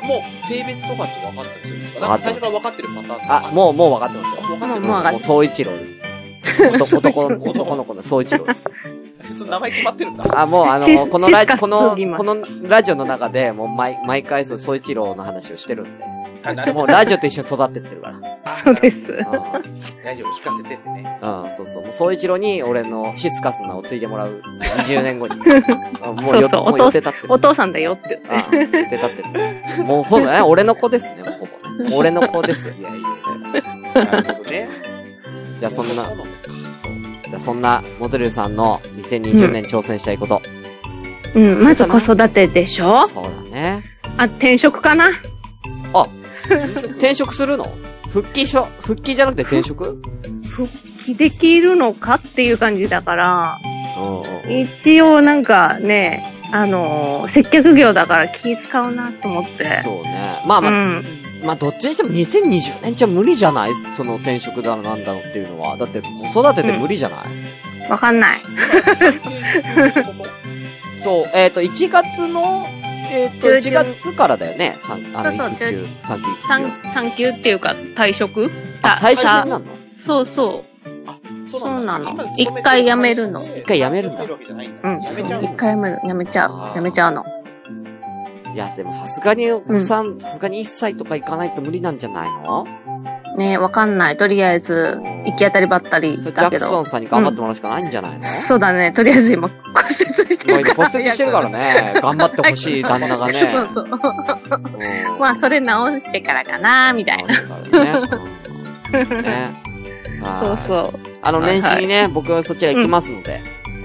Speaker 2: ほど。もう、性別とかって分かったりするんですかなんか最初から分かってるパターンとか
Speaker 3: あ、もう、もう分かってますよ。
Speaker 2: う、分かってる
Speaker 6: もう分かっ
Speaker 3: もう、総一郎です。
Speaker 6: そう
Speaker 3: 男男の、男の子の総一郎です。
Speaker 2: その名前決まってるんだ。
Speaker 3: あ、もうあ
Speaker 6: シ
Speaker 3: の、
Speaker 6: ス
Speaker 3: このラ
Speaker 6: シス
Speaker 3: ジ
Speaker 6: カ
Speaker 3: この、
Speaker 6: 杉村
Speaker 3: このラジオの中で、もう毎、毎回そう、総一郎の話をしてるんで。
Speaker 2: あ、なるほ
Speaker 3: もうラジオと一緒に育ってってるから。
Speaker 6: そうです。
Speaker 3: う
Speaker 2: ど。大丈夫、聞かせてって ね。
Speaker 3: ん。うん、そうそう。もう総一郎に俺のシスカスの名を継いでもらう。20年後 に。うんも
Speaker 6: そうそう
Speaker 3: も
Speaker 6: お
Speaker 3: 予
Speaker 6: 父
Speaker 3: 定立ってる。
Speaker 6: お父さんだよって言って。
Speaker 3: うん予定立ってる。もうほぼね、俺の子ですね、もうほぼね。俺の子です。いやいやいや。
Speaker 2: なるほどね。
Speaker 3: じゃあそんな
Speaker 2: 男、の子
Speaker 3: じゃあそんな、モトリルさんの2020年挑戦したいこと。
Speaker 6: うん、まず子育てでしょ
Speaker 3: そうだね。
Speaker 6: あ、転職かな
Speaker 3: あ、転職するの復帰しょ、復帰じゃなくて転職うん
Speaker 6: 復帰できるのかっていう感じだから、
Speaker 3: うん。
Speaker 6: 一応なんかね、あのー接客業だから気使うなと思って。
Speaker 3: そうね。まあまあ、
Speaker 6: うん。
Speaker 3: まあどっちにしても2020年じゃ無理じゃないその転職だのなんだのっていうのは。だって子育てで無理じゃない、
Speaker 6: わかん ない。
Speaker 3: そう、えっ、と、1月の、えっ、と、
Speaker 6: 中
Speaker 3: 1
Speaker 6: 旬
Speaker 3: 月からだよね。三あの、
Speaker 6: そうそう
Speaker 3: 育休、産休、
Speaker 6: 産、産休っていうか退職
Speaker 3: あ
Speaker 6: た
Speaker 3: 退職になるの
Speaker 6: そうそ
Speaker 2: そう
Speaker 6: なの
Speaker 2: 今勤めてる会社で
Speaker 6: 一回辞めるの
Speaker 2: 一
Speaker 3: 回辞めるんだ
Speaker 2: 入るわけじゃないん
Speaker 6: う。う
Speaker 2: だ
Speaker 6: ん。
Speaker 2: 辞めちゃう
Speaker 6: 一回もやめちゃ
Speaker 3: あ
Speaker 6: う。
Speaker 3: ー
Speaker 6: やめちゃうの。
Speaker 3: いや、でもさすがにお子さん、さすがに1歳とか行かないと無理なんじゃないの
Speaker 6: ねわかんない。とりあえず、行き当たりばったり
Speaker 3: それジャ
Speaker 6: だけ
Speaker 3: クソ
Speaker 6: ど。
Speaker 3: ンさんに頑張ってもらうしかないんじゃないの、
Speaker 6: そうだね。とりあえず今、骨折して
Speaker 3: もう
Speaker 6: るか
Speaker 3: 今
Speaker 6: ら。
Speaker 3: 骨折してるからね。頑張ってほしい旦那がね。
Speaker 6: 早く。そうそう。
Speaker 3: うん
Speaker 6: まあ、それ直してからかな、みたい
Speaker 3: そうだからね。ね
Speaker 6: な。 そう
Speaker 3: う。
Speaker 6: そ
Speaker 3: あの、年始にね、僕はそちら行きますので。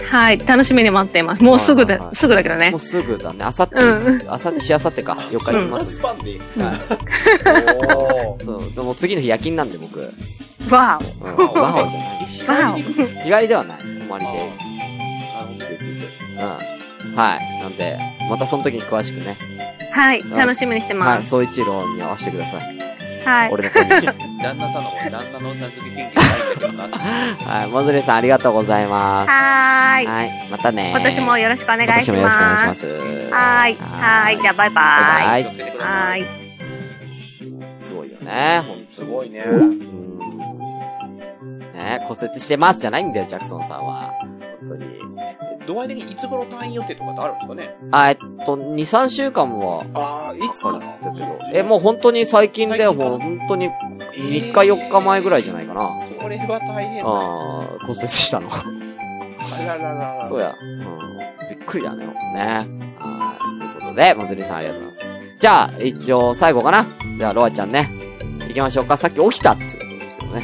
Speaker 6: う。はい。楽しみに待っています。もうすぐ
Speaker 3: はいはい
Speaker 6: だ
Speaker 3: は、い
Speaker 6: すぐだけどね
Speaker 3: もう。すぐだね。あさって、
Speaker 6: う
Speaker 3: あさって、しあさってか。4日行きま
Speaker 2: そんな
Speaker 3: す。
Speaker 2: スパンで。
Speaker 3: はい
Speaker 2: おー
Speaker 3: そう、でも次の日夜勤なんで僕。うん、
Speaker 6: わ
Speaker 3: ワオじゃない。
Speaker 6: わ
Speaker 3: 日帰りではない。泊まりで。
Speaker 2: なるほど
Speaker 3: うん。はい。なんで、またその時に詳しくね。
Speaker 6: お。はい。楽しみにして
Speaker 3: は
Speaker 6: ま
Speaker 3: い。
Speaker 6: す。
Speaker 3: 総一郎に合わせてください。
Speaker 6: はい。
Speaker 3: 俺の声に。
Speaker 7: 旦那さんの方、旦那の名付け研究ないんだけどな。
Speaker 3: はい。モズレさんありがとうございます。
Speaker 6: はーい。
Speaker 3: はい。またね。
Speaker 6: 今年もよろしくお願いします。
Speaker 3: 今年もよろしくお願いします。
Speaker 6: はーい。はーい。じゃあ、バイ
Speaker 3: は
Speaker 6: バ
Speaker 3: い。
Speaker 6: イ。はーい。
Speaker 3: すごいよね。ほんと
Speaker 2: すごいね。
Speaker 3: うんね骨折してますじゃないんだよ、ジャクソンさんは。本当に。
Speaker 2: 度合い的にいつ頃退院予定とかってあるんですかね
Speaker 3: あ、えっと、2、3週間は、
Speaker 2: ああ、い
Speaker 3: かかるっつってたけど。
Speaker 2: うん
Speaker 3: え、もう本当に最近だよ、
Speaker 2: 最近か
Speaker 3: もう
Speaker 2: な
Speaker 3: 本当に
Speaker 2: う
Speaker 3: 3日4日前ぐらいじゃないかな。あ
Speaker 2: それは大変だ。あ
Speaker 3: あー骨折したの。
Speaker 2: らららら。
Speaker 3: そうや。うん。びっくりだね、ほんとね。はい。ということで、まずりさんありがとうございます。じゃあ、一応最後かな。じゃあ、ロアちゃんね。行きましょうか。さっき起きたってことですけどね。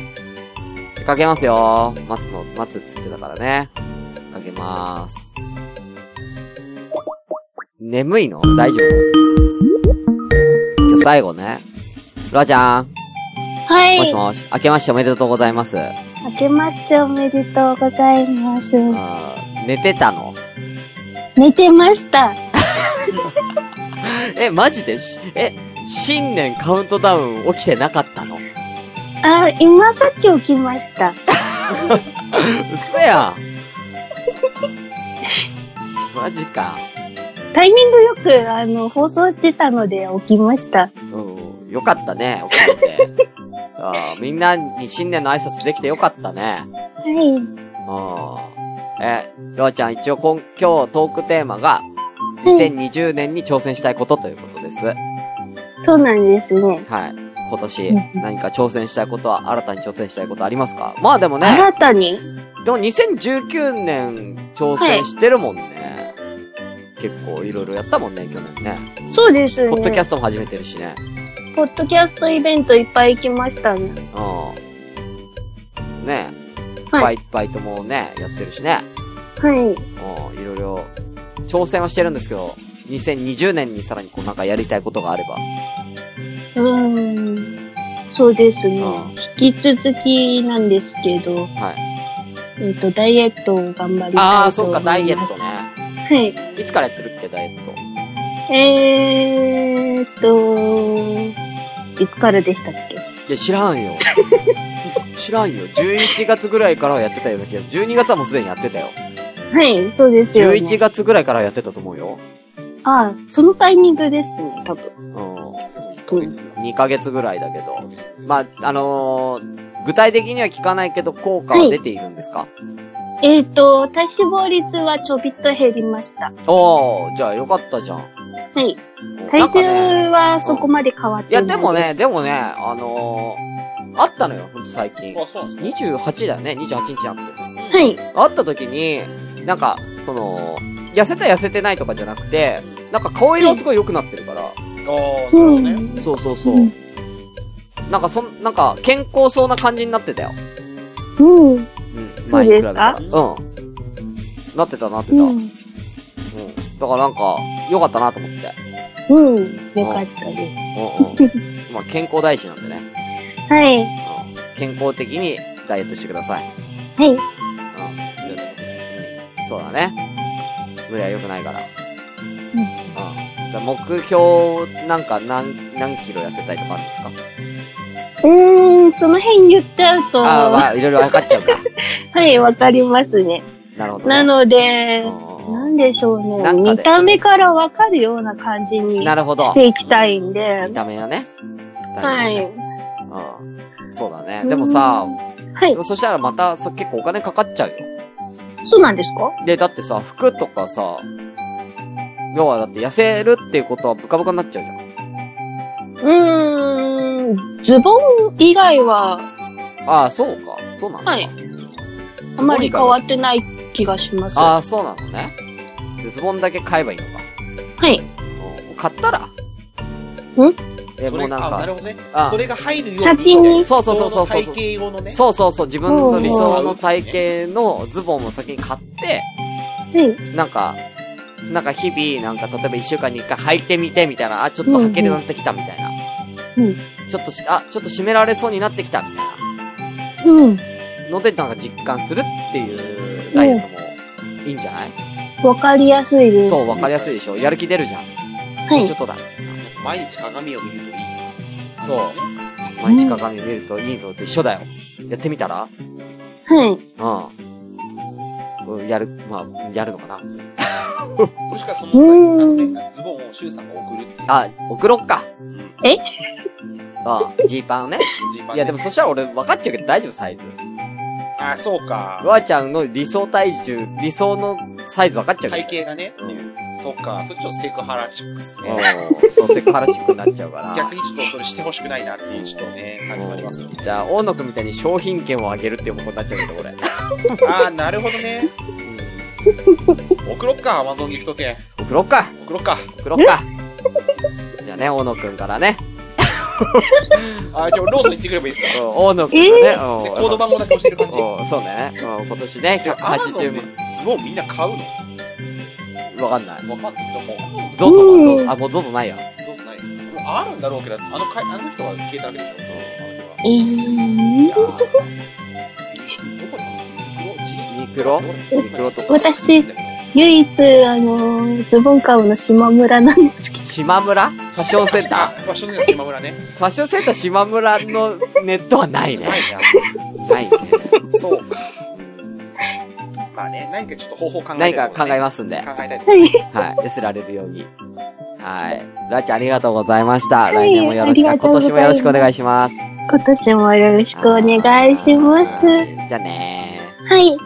Speaker 3: 出かけますよ。待つの、待つっつってたからね。出かけまーす。眠いの大丈夫今日最後ね。ロアちゃん。
Speaker 4: は
Speaker 3: もし
Speaker 4: い。
Speaker 3: もし。明けましておめでとうございます。あ
Speaker 4: 明けましておめでとうございます。
Speaker 3: ー寝てたの
Speaker 4: 寝てました。
Speaker 3: え、マジでし、え、新年カウントダウン起きてなかったの
Speaker 4: あ、今さっき起きました。
Speaker 3: 嘘やん。 マジか。
Speaker 4: タイミングよく、あの、放送してたので起きました。
Speaker 3: うん、よかったね、起きてて。あーみんなに新年の挨拶できてよかったね。
Speaker 4: はい。
Speaker 3: うん。え、りょうちゃん一応今今日トークテーマが、2020年に挑戦したいことということです。
Speaker 4: そうなんですね。
Speaker 3: はい。今年、何か挑戦したいことは、新たに挑戦したいことありますかまあでもね。
Speaker 4: 新たに
Speaker 3: でも2019年挑戦してるもんね。結構いろいろやったもんね、去年ね。
Speaker 4: そうですね。
Speaker 3: ポッドキャストも始めてるしね。
Speaker 4: ポッドキャストイベントいっぱい行きましたね。
Speaker 3: うん。ねえ、
Speaker 4: はい
Speaker 3: バイバイトもね、やってるしね。
Speaker 4: はい。
Speaker 3: うん、いろいろ挑戦はしてるんですけど、2020年にさらにこうなんかやりたいことがあれば。
Speaker 4: うーん。そうですね。
Speaker 3: うん
Speaker 4: 引き続きなんですけど、
Speaker 3: はい。
Speaker 4: えっ、と、ダイエットを頑張りたいと思います。
Speaker 3: ああ、そっか、ダイエットね。
Speaker 4: はい。
Speaker 3: いつからやってるっけ、ダイエット。
Speaker 4: えーっと、いつからでしたっけ
Speaker 3: いや、知 らんよ。知らんよ。11月ぐらいからはやってたような気がする。12月はもうすでにやってたよ。
Speaker 4: はい、そうですよ、ね。
Speaker 3: 11月ぐらいからやってたと思うよ。
Speaker 4: ああ、そのタイミングですね、多分。
Speaker 3: うん。2ヶ月ぐらいだけど。まあ、あのー具体的には聞かないけど、効果は出ているんですか、
Speaker 4: えーっと、体脂肪率はちょびっと減りました。
Speaker 3: おー、じゃあよかったじゃん。
Speaker 4: はい。
Speaker 3: な
Speaker 4: 体
Speaker 3: んかね
Speaker 4: 重はそこまで変わっ
Speaker 3: い
Speaker 4: て
Speaker 3: や、
Speaker 4: ない
Speaker 3: でもね、でもね、あのーあったのよ、ほんと最近。
Speaker 2: あ、そうなんです
Speaker 3: 28だよね、28日なんて。
Speaker 4: はい。
Speaker 3: 会った時に、なんか、その、痩せた痩せてないとかじゃなくて、なんか顔色すごい良くなってるから。
Speaker 2: か。ああ、なるほどね。
Speaker 3: そうそうそう。
Speaker 4: うん
Speaker 3: なんかそん、なんか健康そうな感じになってたよ。
Speaker 4: うん。
Speaker 3: うん。
Speaker 4: そうですか
Speaker 3: 前に比べたらうん。なってたなってた。
Speaker 4: う
Speaker 3: うん。
Speaker 4: ん。
Speaker 3: だからなんか、良かったなと思っ
Speaker 4: う
Speaker 3: て。
Speaker 4: ん。よかったです。
Speaker 3: うんうん。まあ、健康大事なんでね。
Speaker 8: はい。
Speaker 3: うん健康的にダイエットしてください。
Speaker 8: はい。
Speaker 3: うん。うんそうだね。無理は良くないから。うん。じゃあ目標、なんか何、何キロ痩せたいとかあるんですか
Speaker 8: うーん、その辺言っちゃうと、
Speaker 3: ああ、まあ、いろいろ分かっちゃう から。
Speaker 8: はい、わかりますね。
Speaker 3: なるほど、ね。
Speaker 8: なので、
Speaker 3: うん
Speaker 8: なんでしょう
Speaker 3: な
Speaker 8: ね。
Speaker 3: んかで
Speaker 8: 見た目からわかるような感じに
Speaker 3: なるほど
Speaker 8: していきたいんで。
Speaker 3: 見た目はね。
Speaker 8: はい。
Speaker 3: うん。そうだね。でもさ、
Speaker 8: は
Speaker 3: で
Speaker 8: い
Speaker 3: も。そしたらまたそ結構お金かかっちゃうよ。
Speaker 8: そうなんですか
Speaker 3: で、だってさ、服とかさ、要はだって痩せるっていうことはブカブカになっちゃうじゃん。
Speaker 8: うーん、ズボン以外は、
Speaker 3: ああ、そうか。そうなのか。
Speaker 8: はい。あまり変わってない気がします。
Speaker 3: あ
Speaker 8: は
Speaker 3: あ、そうなのね。でズボンだけ買えばいいのか。
Speaker 8: い。
Speaker 3: うん買ったらんえ、
Speaker 2: そ
Speaker 3: も
Speaker 2: れ
Speaker 3: うなん
Speaker 2: あな
Speaker 3: か、
Speaker 2: るほどね
Speaker 3: あ。
Speaker 2: それが入るように。
Speaker 8: 先に
Speaker 3: そうそうそうそうそう
Speaker 2: 理想の体型用のね。
Speaker 3: そうそうそう、自分の
Speaker 8: うん
Speaker 3: 理想の体型のズボンを先に買って、
Speaker 8: はい。
Speaker 3: なんか、なんか日々、なんか例えば一週間に一回履いてみてみたいな、あ、ちょっと履けるようになってきたみたいな。
Speaker 8: うんうん
Speaker 3: ちょっとし、あ、ちょっと締められそうになってきたみたい
Speaker 8: うん。
Speaker 3: な。ので、なんか実感するっていうダイエットもいいんじゃない、
Speaker 8: わかりやすいです。
Speaker 3: そう、わかりやすいでしょ。やる気出るじゃん。
Speaker 8: は
Speaker 3: もう
Speaker 8: い
Speaker 3: ちょ。っとだ。
Speaker 2: 毎日鏡を見るといい。
Speaker 3: そう。毎日鏡見るといいのと一緒だよ。やってみたら
Speaker 8: はい。
Speaker 3: うん。うんやる、まあ、やるのかな。
Speaker 2: もしくはその
Speaker 8: うーん
Speaker 2: 何年かズボンをシュウさんが送るっていう。
Speaker 3: あ、送ろっか。
Speaker 8: え
Speaker 3: うん、ジーパンをね。
Speaker 2: ジーパン
Speaker 3: い
Speaker 2: ね
Speaker 3: や、でもそしたら俺分かっちゃうけど大丈夫、サイズ。
Speaker 2: あ、そうか。
Speaker 3: ロアちゃんの理想体重、理想のサイズ分かっちゃうけ
Speaker 2: 体型が
Speaker 3: ど。
Speaker 2: ね。そうか。それちょっとセクハラチックですね。
Speaker 3: うん。そう、セクハラチックになっちゃうから。
Speaker 2: 逆にちょっとそれしてほしくないなっていう、ちょっとね、感じもありますよ。
Speaker 3: じゃあ、大野くんみたいに商品券をあげるっていう方向になっちゃうけど、俺。
Speaker 2: あー、なるほどね。送ろっか、アマゾンギフト券。
Speaker 3: 送ろっか
Speaker 2: 送ろっか。
Speaker 3: 送ろっかじゃあね、大野くんからね。
Speaker 2: あー、じゃあ俺ローソン行ってくればいいです
Speaker 3: う
Speaker 2: か
Speaker 3: ん大野くんがね、
Speaker 8: え
Speaker 3: うん
Speaker 2: で、コード番号だけ教える感じ。
Speaker 3: うんそうね。うん今年ね、
Speaker 2: じゃあ、アマゾン
Speaker 3: 180
Speaker 2: で
Speaker 3: 万。
Speaker 2: ズボンみんな買うの
Speaker 3: わかんない。
Speaker 2: わかんないと思う。
Speaker 3: ゾゾ
Speaker 8: うん
Speaker 3: ゾゾあ、もうゾゾないや。
Speaker 2: そうじゃないでもあるんだろうけど、あのかい、あの人が消えたわけでしょ、
Speaker 8: えー、
Speaker 2: そのあの人は。いやーどこに
Speaker 3: ユニクロ
Speaker 2: ユ
Speaker 3: ユ
Speaker 2: ニ
Speaker 3: ニ
Speaker 2: ク
Speaker 3: ク
Speaker 2: ロ
Speaker 3: ロ
Speaker 2: と
Speaker 3: と
Speaker 2: か
Speaker 3: か。
Speaker 8: 私唯一、あのーズボン買うの島村なんですけ
Speaker 3: 島村ファッションセン
Speaker 2: あ
Speaker 3: タ、
Speaker 2: ファッションの島村ね。
Speaker 3: ーファッションセンター島村のネットはない
Speaker 2: な
Speaker 3: ね
Speaker 2: い。
Speaker 3: ないね。
Speaker 2: な。そうか。まあね、何かちょっと方法考えたい
Speaker 3: 何
Speaker 2: ところ
Speaker 3: か
Speaker 2: ね
Speaker 3: 考えますんで。
Speaker 2: 考えたいと
Speaker 8: ど。
Speaker 2: こ
Speaker 8: はい。
Speaker 3: はい。痩せられるように。はい。ラちゃんありがとうございました。
Speaker 8: い
Speaker 3: 来年もよろしく、今
Speaker 8: ありがとうございます
Speaker 3: 年もよろしくお願いします。よ
Speaker 8: 今年もよろしくお願いします。は
Speaker 3: じゃあねー。
Speaker 8: い。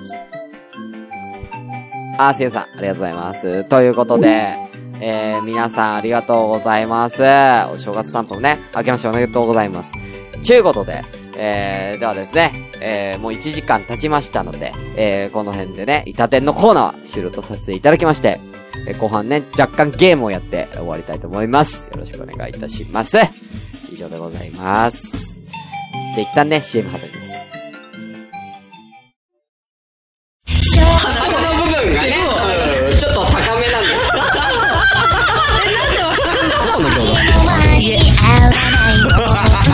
Speaker 3: あー、せいさん、ありがとうございます。ということで、えー、皆さんありがとうございます。お正月散歩もね、明けましておめでとうございます。ちゅうことで、えー、ではですね、えー、もう1時間経ちましたので、えー、この辺でね、イタテンのコーナーは終了とさせていただきまして、えー後半ね、若干ゲームをやって終わりたいと思います。よろしくお願いいたします。以上でございます。じゃあ一旦ね、CM 挟みます。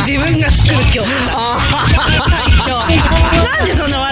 Speaker 6: 自分が作る今日。なんでそんな笑